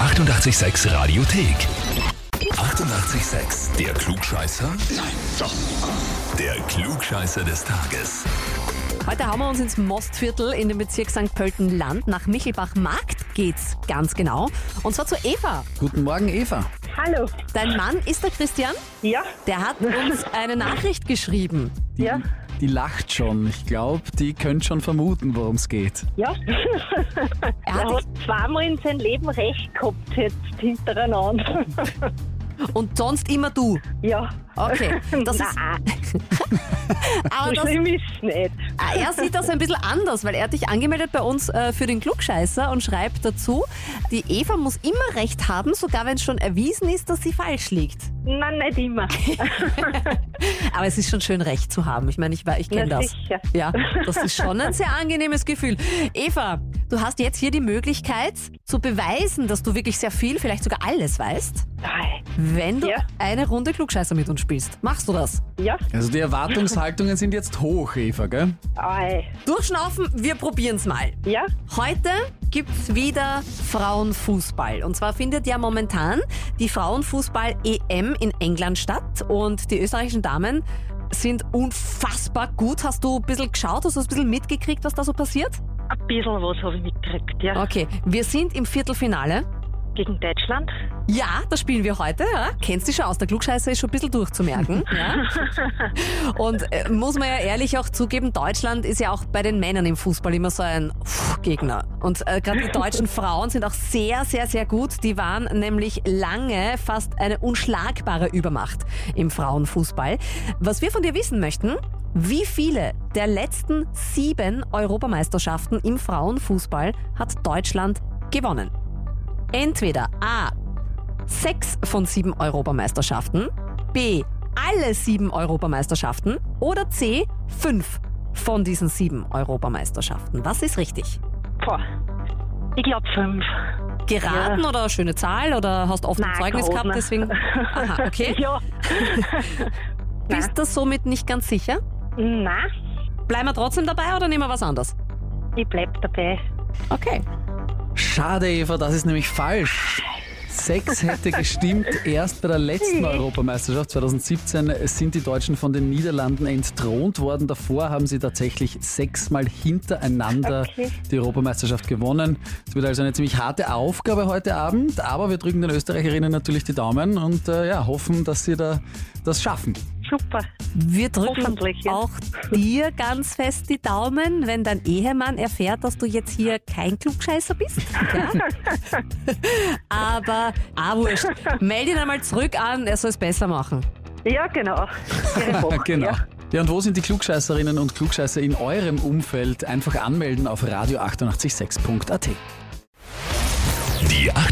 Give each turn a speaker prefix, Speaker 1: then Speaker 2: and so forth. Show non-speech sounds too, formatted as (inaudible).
Speaker 1: 886 Radiothek. 88,6. Der Klugscheißer? Nein, doch. Der Klugscheißer des Tages.
Speaker 2: Heute haben wir uns ins Mostviertel in dem Bezirk St. Pölten-Land nach Michelbach-Markt geht's ganz genau. Und zwar zu Eva.
Speaker 3: Guten Morgen, Eva.
Speaker 4: Hallo.
Speaker 2: Dein Mann ist der Christian.
Speaker 4: Ja,
Speaker 2: Der hat uns eine Nachricht geschrieben.
Speaker 3: Die,
Speaker 4: Ja.
Speaker 3: die lacht schon. Ich glaube, die könnt schon vermuten, worum es geht.
Speaker 4: ja.
Speaker 2: (laughs) Er
Speaker 4: Er
Speaker 2: hat,
Speaker 4: hat zweimal in seinem Leben recht gehabt jetzt hintereinander. (laughs)
Speaker 2: und sonst immer du.
Speaker 4: ja.
Speaker 2: Okay,
Speaker 4: (laughs)
Speaker 2: das ist,
Speaker 4: Nein,
Speaker 2: aber das, Ah,
Speaker 4: schlimm ist nicht.
Speaker 2: er sieht das ein bisschen anders, weil er hat dich angemeldet bei uns äh, für den Klugscheißer und schreibt dazu, die Eva muss immer recht haben, sogar wenn es schon erwiesen ist, dass sie falsch liegt.
Speaker 4: Nein, nicht immer.
Speaker 2: Aber es ist schon schön, recht zu haben. Ich meine, ich, war- ich kenne
Speaker 4: Na,
Speaker 2: das.
Speaker 4: sicher.
Speaker 2: Ja, das ist schon
Speaker 4: (laughs)
Speaker 2: ein sehr angenehmes Gefühl. Eva, du hast jetzt hier die Möglichkeit zu beweisen, dass du wirklich sehr viel, vielleicht sogar alles weißt,
Speaker 4: Nein.
Speaker 2: wenn du
Speaker 4: Ja.
Speaker 2: eine Runde Klugscheißer mit uns spielst. Machst du das?
Speaker 4: Ja,
Speaker 3: Also die Erwartungshaltungen sind jetzt hoch, Eva, gell?
Speaker 4: ei.
Speaker 2: Durchschnaufen, wir probieren's mal.
Speaker 4: Ja,
Speaker 2: Heute gibt's wieder Frauenfußball. Und zwar findet ja momentan die Frauenfußball-EM in England statt. Und die österreichischen Damen sind unfassbar gut. Hast du ein bisschen geschaut? Hast du ein bisschen mitgekriegt, was da so passiert?
Speaker 4: ein bisschen was habe ich mitgekriegt, ja.
Speaker 2: Okay, wir sind im Viertelfinale.
Speaker 4: Gegen Deutschland.
Speaker 2: Ja, das spielen wir heute. Ja? Kennst du schon aus? Der Klugscheißer ist schon ein bisschen durchzumerken. Ja? Und äh, muss man ja ehrlich auch zugeben, Deutschland ist ja auch bei den Männern im Fußball immer so ein Pff, Gegner. Und äh, gerade die deutschen Frauen sind auch sehr, sehr, sehr gut. Die waren nämlich lange fast eine unschlagbare Übermacht im Frauenfußball. Was wir von dir wissen möchten, wie viele der letzten sieben Europameisterschaften im Frauenfußball hat Deutschland gewonnen? Entweder A sechs von sieben Europameisterschaften, B. alle sieben Europameisterschaften oder C. fünf von diesen sieben Europameisterschaften. Was ist richtig?
Speaker 4: Boah. Ich glaube fünf.
Speaker 2: Geraten oder schöne Zahl oder hast oft ein
Speaker 4: Nein,
Speaker 2: Zeugnis gehabt,
Speaker 4: geraten.
Speaker 2: deswegen. Aha, okay.
Speaker 4: (laughs) Ja.
Speaker 2: Bist du somit nicht ganz sicher?
Speaker 4: Nein,
Speaker 2: Bleiben wir trotzdem dabei oder nehmen wir was anderes?
Speaker 4: ich bleib dabei.
Speaker 2: Okay.
Speaker 3: Schade, Eva, das ist nämlich falsch. Sechs hätte gestimmt. Erst bei der
Speaker 4: Hm.
Speaker 3: letzten Europameisterschaft 2017 sind die Deutschen von den Niederlanden entthront worden. Davor haben sie tatsächlich sechsmal hintereinander
Speaker 4: Okay.
Speaker 3: die Europameisterschaft gewonnen. Es wird also eine ziemlich harte Aufgabe heute Abend, aber wir drücken den Österreicherinnen natürlich die Daumen und äh, ja, hoffen, dass sie da das schaffen.
Speaker 4: Super.
Speaker 2: Wir drücken
Speaker 4: Hoffentlich, ja.
Speaker 2: auch dir ganz fest die Daumen, wenn dein Ehemann erfährt, dass du jetzt hier kein Klugscheißer bist. Ja?
Speaker 4: (laughs)
Speaker 2: Aber, ah, wurscht. Meld ihn einmal zurück an, er soll es besser machen. (laughs)
Speaker 4: Ja, genau. Ihre Woche,
Speaker 3: genau.
Speaker 4: Ja.
Speaker 3: Ja, und wo sind die Klugscheißerinnen und Klugscheißer in eurem Umfeld? Einfach anmelden auf radio886.at.
Speaker 1: Die